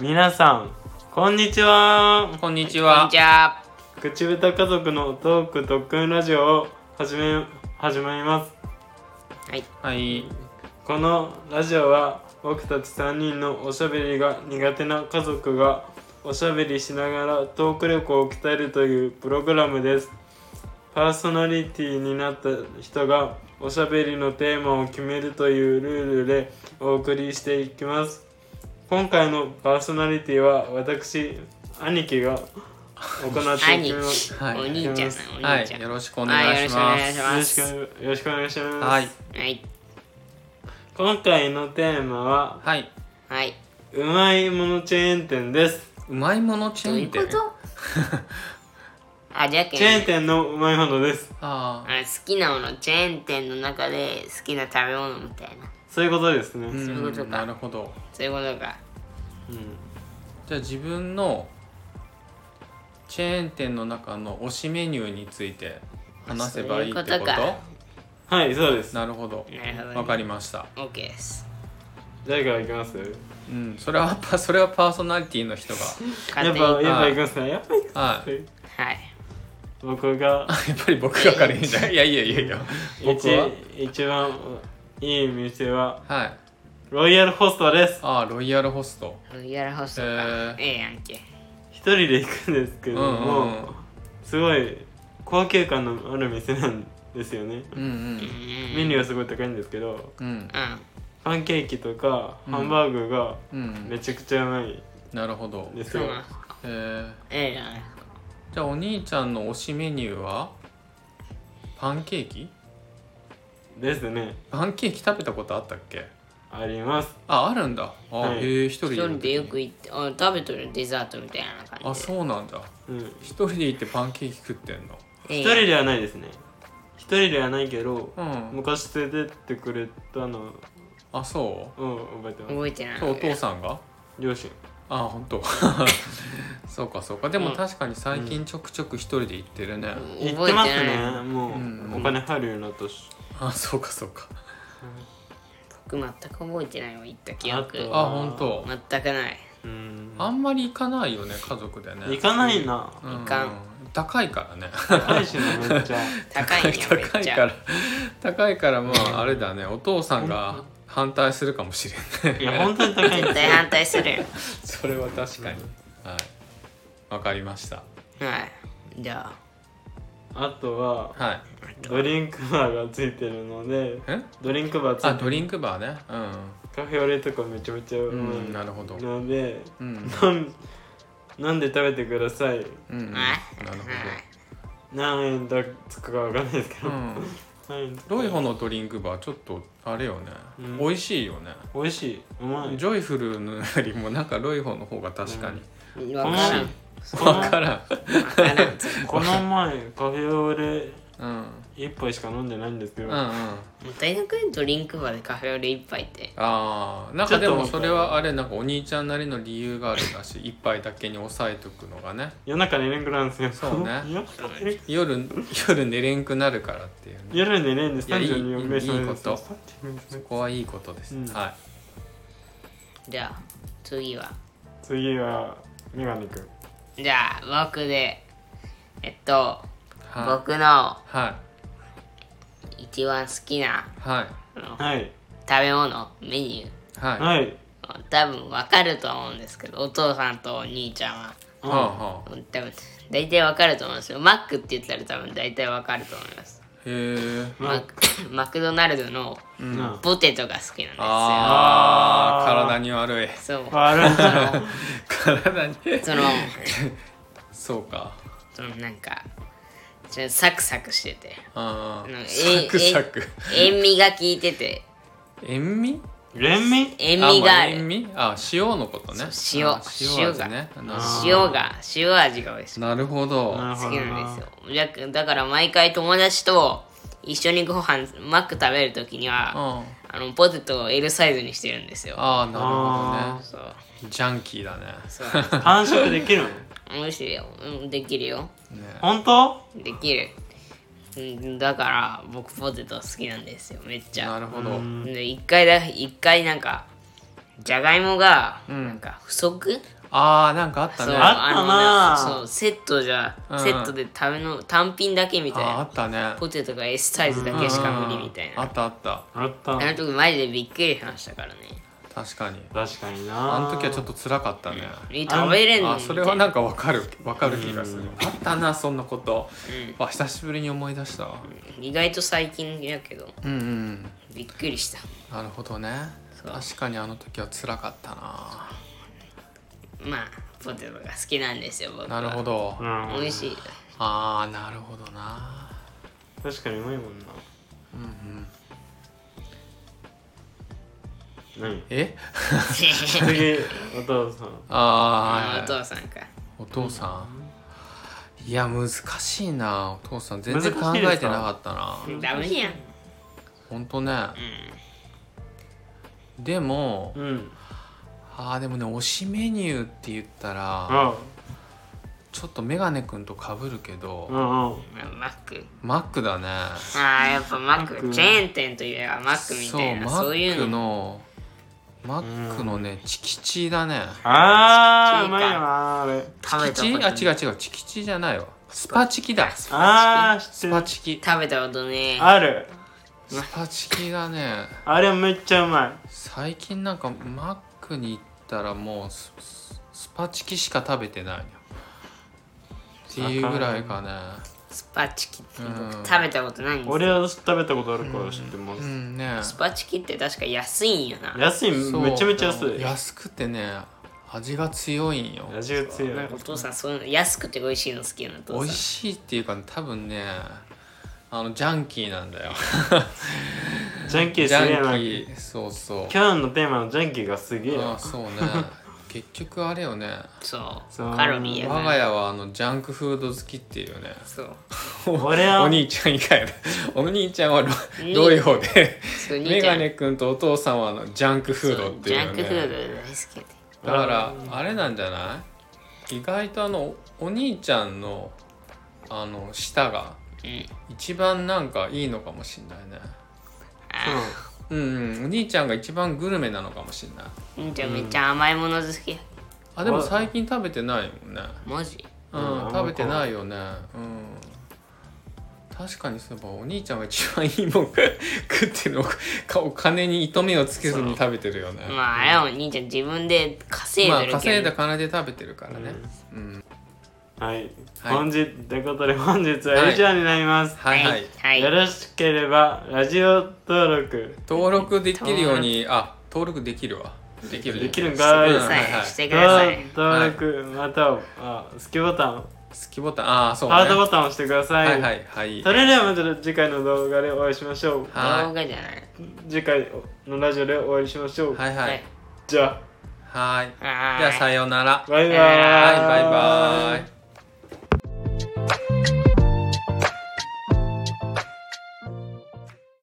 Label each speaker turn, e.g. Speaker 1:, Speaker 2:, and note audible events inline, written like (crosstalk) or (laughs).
Speaker 1: 皆さんこんにちは
Speaker 2: こんにち
Speaker 3: こん
Speaker 2: は
Speaker 3: にち。は。
Speaker 1: 口下家族のトーク特訓ラジオを始め始まります
Speaker 3: はい。
Speaker 2: はい。
Speaker 1: このラジオは僕たち3人のおしゃべりが苦手な家族がおしゃべりしながらトーク力を鍛えるというプログラムですパーソナリティになった人がおしゃべりのテーマを決めるというルールでお送りしていきます今回のパーソナリティは私兄貴が行っていき
Speaker 3: 兄
Speaker 1: ます
Speaker 3: 貴、
Speaker 2: はい
Speaker 3: お兄ちゃん、お
Speaker 2: は
Speaker 3: 兄ちゃ
Speaker 2: い。
Speaker 3: ん。
Speaker 2: よ
Speaker 3: は
Speaker 2: ろしくお願いしま
Speaker 3: はいよろしくお願いし
Speaker 2: す。
Speaker 1: よろしくよろしくお願いします、
Speaker 2: はい。
Speaker 3: い。
Speaker 1: 今回のテーマは
Speaker 2: はい。
Speaker 3: はい。
Speaker 1: うまいものチェーン店です
Speaker 2: うまいものチ
Speaker 3: どうい
Speaker 2: ェー
Speaker 3: う
Speaker 2: ン
Speaker 3: こ
Speaker 2: 店。
Speaker 3: とあ、じゃけん
Speaker 1: チェーン店のうまいものです
Speaker 2: ああ。
Speaker 3: あ好きなもの、チェーン店の中で好きな食べ物みたいな。
Speaker 1: そういうことですね、う
Speaker 2: うん
Speaker 3: そういうこと
Speaker 2: ん。
Speaker 3: か
Speaker 2: なるほど。
Speaker 3: そういうことか。
Speaker 2: じゃあ自分のチェーン店の中の推しメニューについて話せばいいって
Speaker 3: そう
Speaker 2: こ
Speaker 3: いう
Speaker 2: と
Speaker 3: ことか
Speaker 1: はいそうです
Speaker 2: なるほど。
Speaker 3: なるほどね
Speaker 2: わかりました。
Speaker 3: オッケーです。
Speaker 1: 誰からいきます
Speaker 2: うん。それは (laughs) パそれはパーソナリティの人
Speaker 1: や
Speaker 3: 勝
Speaker 1: っ
Speaker 3: 手
Speaker 1: ぱ
Speaker 3: に。
Speaker 1: やっ
Speaker 3: は
Speaker 2: は
Speaker 1: ぱ
Speaker 2: い
Speaker 1: いきますねやっぱり
Speaker 2: が。
Speaker 3: (laughs)
Speaker 2: はい。
Speaker 3: い。
Speaker 1: 僕が
Speaker 2: あやっぱり僕が軽いんじゃない。いやいやいやいや。僕は。
Speaker 1: 一一番いい店は
Speaker 2: はい。
Speaker 1: ロイヤルホストです
Speaker 2: ああロイヤルホスト。
Speaker 3: ロイヤルホスト
Speaker 2: へ
Speaker 3: か
Speaker 2: ー。
Speaker 3: ええやんけ。
Speaker 1: 一人で行くんですけ
Speaker 2: う
Speaker 1: ど
Speaker 2: んうん
Speaker 1: も、すごい高級感のある店なんですよね
Speaker 2: うん。うん
Speaker 3: うん
Speaker 1: メニューはすごい高いんですけど
Speaker 2: うん。うん。
Speaker 3: うん。
Speaker 1: パンケーキとか
Speaker 2: うん
Speaker 1: ハンバーグが
Speaker 2: うん
Speaker 1: めちゃくちゃうまい
Speaker 2: なるほど
Speaker 1: ん。です
Speaker 3: そう
Speaker 1: よ、
Speaker 3: なん。
Speaker 2: えー、
Speaker 3: ええやん。
Speaker 2: じゃあお兄ちゃんの推しメニューはパンケーキ
Speaker 1: ですね
Speaker 2: パンケーキ食べたことあったっけ
Speaker 1: あります
Speaker 2: ああるんだあ、
Speaker 1: はい
Speaker 2: へえ一人
Speaker 3: 一
Speaker 2: でいる
Speaker 3: 人でよく行って、あ食べとるデザートみたいな感じで。
Speaker 2: あそうなんだ
Speaker 1: うん
Speaker 2: 一人で行ってパンケーキ食ってんの
Speaker 3: ええ
Speaker 1: 一
Speaker 3: やん
Speaker 1: 人ではないですね一人ではないけど
Speaker 2: うん
Speaker 1: 昔連れてってくれたの
Speaker 2: あそ
Speaker 1: うん覚えてます
Speaker 3: 覚えてな
Speaker 2: う
Speaker 3: い。
Speaker 2: そうお父さんが
Speaker 1: 両親
Speaker 2: あ本当 (laughs) そうかそうかでも確かに最近ちょくちょく一人で行ってるね、
Speaker 3: 覚え
Speaker 1: 行
Speaker 3: て
Speaker 1: ってます
Speaker 3: ない。
Speaker 1: ねもう、
Speaker 2: うん
Speaker 1: お金入るようになったし
Speaker 2: あそうかそうか
Speaker 3: 僕全く覚えてないわ、行った記憶。
Speaker 1: あと
Speaker 2: あ本当
Speaker 3: 全くない。
Speaker 1: うん
Speaker 2: あんまり行かないよね家族でね
Speaker 1: 行かないな
Speaker 2: うん
Speaker 3: 行かん
Speaker 2: 高いからね
Speaker 1: 高いしなめっちゃ
Speaker 3: 高いんや、め
Speaker 2: (laughs) 高
Speaker 3: っ
Speaker 2: い
Speaker 3: ち
Speaker 2: か
Speaker 3: ゃ。
Speaker 2: ら高いからまああれだねお父さんが反対するかもしれない
Speaker 1: いや本当に高いんです
Speaker 3: 絶対
Speaker 1: よ
Speaker 3: 反対するよ。
Speaker 2: (laughs) それは確かにはいわかりました
Speaker 3: (laughs) はい。じゃあ、
Speaker 1: あとは
Speaker 2: はい
Speaker 1: ドリンクバーがついてるので
Speaker 2: え
Speaker 1: ドリンクバーつ
Speaker 2: あ
Speaker 1: いて
Speaker 2: ドリンクバーね
Speaker 1: カフェオレとかめちゃめちゃう
Speaker 2: うん、
Speaker 1: まい
Speaker 2: うん、なるほど
Speaker 1: ので
Speaker 2: うん
Speaker 1: なん飲んで食べてください
Speaker 2: うんな
Speaker 3: は
Speaker 2: るほ
Speaker 1: 何円だつくかわかんないですけど、
Speaker 2: どうん
Speaker 1: 何円
Speaker 2: ロイホのドリンクバーちょっとあれよね、
Speaker 1: うん
Speaker 2: 美味しいよね
Speaker 1: 美味しいうまい
Speaker 2: ジョイフルのよりもなんかロイホの方が確かに
Speaker 3: い。わからん。
Speaker 1: こ
Speaker 2: わ
Speaker 1: の
Speaker 2: からん
Speaker 3: わからん。
Speaker 1: この前カフェオレ
Speaker 2: うん
Speaker 1: 一杯しか飲んでないんですけ
Speaker 2: う
Speaker 1: ど、
Speaker 2: んうん
Speaker 3: もったいなくないドリンクバーでカフェオレ一杯って。
Speaker 2: あーなん
Speaker 1: ちょ
Speaker 2: か
Speaker 1: っ
Speaker 2: で
Speaker 1: と
Speaker 2: もそれはあれなんかお兄ちゃんなりの理由があるらしい一杯だけに抑えとくのがね
Speaker 1: 夜中寝れんくなるんですよ
Speaker 2: そうね
Speaker 1: (laughs) 夜中寝れん
Speaker 2: 夜夜寝れんくなるからっていうね
Speaker 1: 夜寝れんで
Speaker 2: いやいい
Speaker 1: 34名
Speaker 2: いいこと
Speaker 1: そう32
Speaker 2: そこはいいことです、
Speaker 1: うん
Speaker 2: は
Speaker 3: じゃあ、次は。
Speaker 1: 次はメガネくん
Speaker 3: じゃあ、僕で。えっと、
Speaker 2: いは
Speaker 3: 僕の
Speaker 2: いは
Speaker 3: 一番好きない
Speaker 2: はい
Speaker 3: あの
Speaker 1: はい
Speaker 3: 食べ物、メニュー。
Speaker 2: はいは
Speaker 1: はい
Speaker 3: 多分わかると思うんですけど、お父さんとお兄ちゃんは。
Speaker 2: あはあ
Speaker 3: 多分大体わかると思いますよ。マックって言ったら多分大体わかると思います。
Speaker 2: へえ
Speaker 3: マックマクドナルドの
Speaker 2: うん
Speaker 1: な
Speaker 3: ポテトが好きなんですよ。
Speaker 2: あー
Speaker 1: あー
Speaker 2: 体に悪い (laughs)
Speaker 3: そう。
Speaker 1: あら
Speaker 2: 体に
Speaker 3: その、
Speaker 2: そうか
Speaker 3: そのなんか、ちょサクサクしてて、
Speaker 2: あ
Speaker 3: なん
Speaker 2: ー
Speaker 3: かえ
Speaker 2: サクサク
Speaker 3: 塩味が効いてて、
Speaker 2: 塩味
Speaker 1: 連名
Speaker 3: 塩味があ
Speaker 2: ま塩
Speaker 3: る。
Speaker 2: 味あ塩のことね
Speaker 3: そう塩
Speaker 2: あー塩味ねなるほ
Speaker 3: 塩が、塩味が美味しく
Speaker 2: どなるほど
Speaker 1: なるほ
Speaker 3: 好
Speaker 1: ど
Speaker 3: きなんですよ。だからだから毎回友達と一緒にご飯、マック食べるときに
Speaker 2: う
Speaker 3: は、
Speaker 2: ん
Speaker 3: あの、ポテトを L サイズにしてるんですよ。
Speaker 2: ああなるほどね
Speaker 3: そう。
Speaker 2: ジャンキーだね
Speaker 3: そう。
Speaker 1: 完食できるの
Speaker 3: 美味しいよ。うん、できるよ。
Speaker 2: (laughs) ね
Speaker 1: 本当
Speaker 3: できる。うんだから僕ポテト好きなんですよめっちゃ
Speaker 2: なるほど
Speaker 3: で一回だ一回なんかじゃがいもが
Speaker 2: うん
Speaker 3: なんか不足、
Speaker 2: あーなんかあった
Speaker 3: そ
Speaker 2: ね
Speaker 3: う
Speaker 2: あ
Speaker 1: あったな
Speaker 3: のねそうセットじゃ、
Speaker 2: うん
Speaker 3: セットで食べの単品だけみ
Speaker 2: ー
Speaker 3: たい
Speaker 2: あ
Speaker 3: な
Speaker 2: ったね
Speaker 3: ポテトが S サイズだけしか無理みたい
Speaker 2: あ
Speaker 3: な
Speaker 2: ったあった
Speaker 1: あった
Speaker 3: あの時マジでびっくりしましたからね
Speaker 2: 確かに
Speaker 1: 確かにな
Speaker 2: あの時はちょっと辛かったね
Speaker 3: え食べれんの
Speaker 2: あ
Speaker 3: みた
Speaker 2: そ
Speaker 3: い
Speaker 2: れ
Speaker 3: な
Speaker 2: はなんかわかるわかる気がする
Speaker 1: うん
Speaker 2: あったなそんなことあ久しぶりに思い出した
Speaker 3: 意外と最近やけど
Speaker 2: うんうん
Speaker 3: びっくりした
Speaker 2: なるほどね
Speaker 3: そう
Speaker 2: 確かにあの時は辛かったな
Speaker 3: まあポテトが好きなんですよ僕
Speaker 2: な
Speaker 3: は
Speaker 2: るほど
Speaker 1: うん
Speaker 3: 美味
Speaker 2: (laughs)
Speaker 3: しい
Speaker 2: あーなるほどな
Speaker 1: 確かにうまいもんなうんうん
Speaker 2: え
Speaker 1: 何次お父さん
Speaker 2: あ
Speaker 3: あ
Speaker 2: ー
Speaker 3: (laughs) お父さんか
Speaker 2: お父さんいや難しいなお父さん全然考
Speaker 1: 難しいですか
Speaker 2: えてなかったな
Speaker 3: ダメやん
Speaker 2: ほんとねでも
Speaker 1: うん
Speaker 2: あーでもね推しメニューって言ったら
Speaker 1: あ
Speaker 2: ちょっとメガネくんとかぶるけど
Speaker 1: うんうん
Speaker 3: まあマック
Speaker 2: マックだね
Speaker 3: ああやっぱマック
Speaker 1: マック
Speaker 3: チェーン店といえばマックみたいな
Speaker 2: マ
Speaker 3: そうい
Speaker 2: ック
Speaker 3: うの
Speaker 2: のマックのねチキチだね
Speaker 1: あー
Speaker 3: チキチ
Speaker 1: う
Speaker 3: か
Speaker 1: まいなあれ
Speaker 3: 食べ
Speaker 2: チ
Speaker 3: た
Speaker 2: キチあ
Speaker 3: こと
Speaker 2: 違う違うチキチじゃないわスパチキだス
Speaker 1: あー知って
Speaker 2: パ
Speaker 1: る
Speaker 2: チキ
Speaker 3: 食べたことね
Speaker 1: ある
Speaker 2: スパチキだね
Speaker 1: あれめっちゃうま
Speaker 2: 最近なんかマックに行ったらもうスススパチキしか食べてないのっていうぐらいかね
Speaker 3: スパチキって
Speaker 2: うん
Speaker 3: 僕食べたことないん
Speaker 1: い
Speaker 3: です
Speaker 1: 俺
Speaker 3: よ
Speaker 1: は食べたことあるから知ってま
Speaker 2: う
Speaker 1: す
Speaker 2: んね
Speaker 3: スパチキって確か安いんよな
Speaker 1: 安い
Speaker 2: そう
Speaker 1: めちゃめちゃ安い
Speaker 2: 安くてね味が強いんよ
Speaker 1: 味が強い
Speaker 3: なんかお父さんそういうの安くて美味しいの好きなのお
Speaker 2: 美
Speaker 3: 父
Speaker 2: 味
Speaker 3: さ
Speaker 2: しいっていうか、多分ねあのジャンキーなんだよ
Speaker 1: ジャンキ
Speaker 2: ジ
Speaker 1: ーす
Speaker 2: ャ
Speaker 1: げえ
Speaker 2: ン
Speaker 1: な
Speaker 2: キーそうそう
Speaker 1: 今日のテーマのジャンキーがすげえ
Speaker 2: あ
Speaker 1: よ
Speaker 2: あそうね結局あれよね
Speaker 3: んそ
Speaker 1: そう
Speaker 3: うカロリーや
Speaker 2: 我
Speaker 3: な
Speaker 2: が家はあのジャンクフード好きっていうね
Speaker 3: そう
Speaker 1: 俺は
Speaker 2: (laughs) お兄ちゃん以外でお兄ちゃんはどどういう方で
Speaker 3: そう
Speaker 2: メ
Speaker 3: 兄ちゃ
Speaker 2: ガ
Speaker 3: ん
Speaker 2: ネ君とお父さんはあのジャンクフー
Speaker 3: そ
Speaker 2: ド
Speaker 3: う
Speaker 2: って
Speaker 3: ジ
Speaker 2: い
Speaker 3: ャ
Speaker 2: う
Speaker 3: ン
Speaker 2: ね
Speaker 3: クフード大好きで
Speaker 2: だからあれなんじゃない意外とあのお兄ちゃんのあの舌が
Speaker 3: うん
Speaker 2: 一番なんかいいのかもしんないね
Speaker 3: あ
Speaker 2: うん、うん、お兄ちゃんが一番グルメなのかもしんない
Speaker 3: ー兄ちゃんめっちゃ甘いもの好きや
Speaker 2: あでも最近食べてないもんね
Speaker 3: マジ
Speaker 2: うん、
Speaker 1: うん
Speaker 2: 食べてないよねうん確かにそういえばお兄ちゃんが一番いいもん食ってるのかお金に糸目をつけずに食べてるよね
Speaker 3: まああれはお兄ちゃん自分で稼い
Speaker 2: まあ
Speaker 3: でる
Speaker 2: 稼
Speaker 3: け
Speaker 2: いだ
Speaker 3: ど
Speaker 2: 金で食べてるからねうん
Speaker 1: うんはい
Speaker 2: はい
Speaker 1: 本日ということで本日
Speaker 2: は
Speaker 1: はい以上になります
Speaker 2: はいはい
Speaker 3: はい
Speaker 1: よろしければラジオ登録
Speaker 2: 登録できるようにあ登録できるわできる
Speaker 1: できるんかい
Speaker 2: うん
Speaker 3: くだ
Speaker 2: はいは
Speaker 3: さ
Speaker 2: い
Speaker 3: いしてください
Speaker 1: 登録またはあ好きボタン
Speaker 2: 好きボタンああそうね
Speaker 1: ハートボタンを押してくださ
Speaker 2: はい
Speaker 1: い
Speaker 2: はいはい
Speaker 1: それではまた次回の動画でお会いしましょう
Speaker 3: 動
Speaker 2: は
Speaker 3: 画じゃない
Speaker 1: 次回のラジオでお会いしましょ
Speaker 2: いうはいは
Speaker 3: はいい
Speaker 1: じゃ
Speaker 2: はい
Speaker 3: はーい
Speaker 2: ではさようなら
Speaker 1: あバイバーイ
Speaker 2: はいバイバイ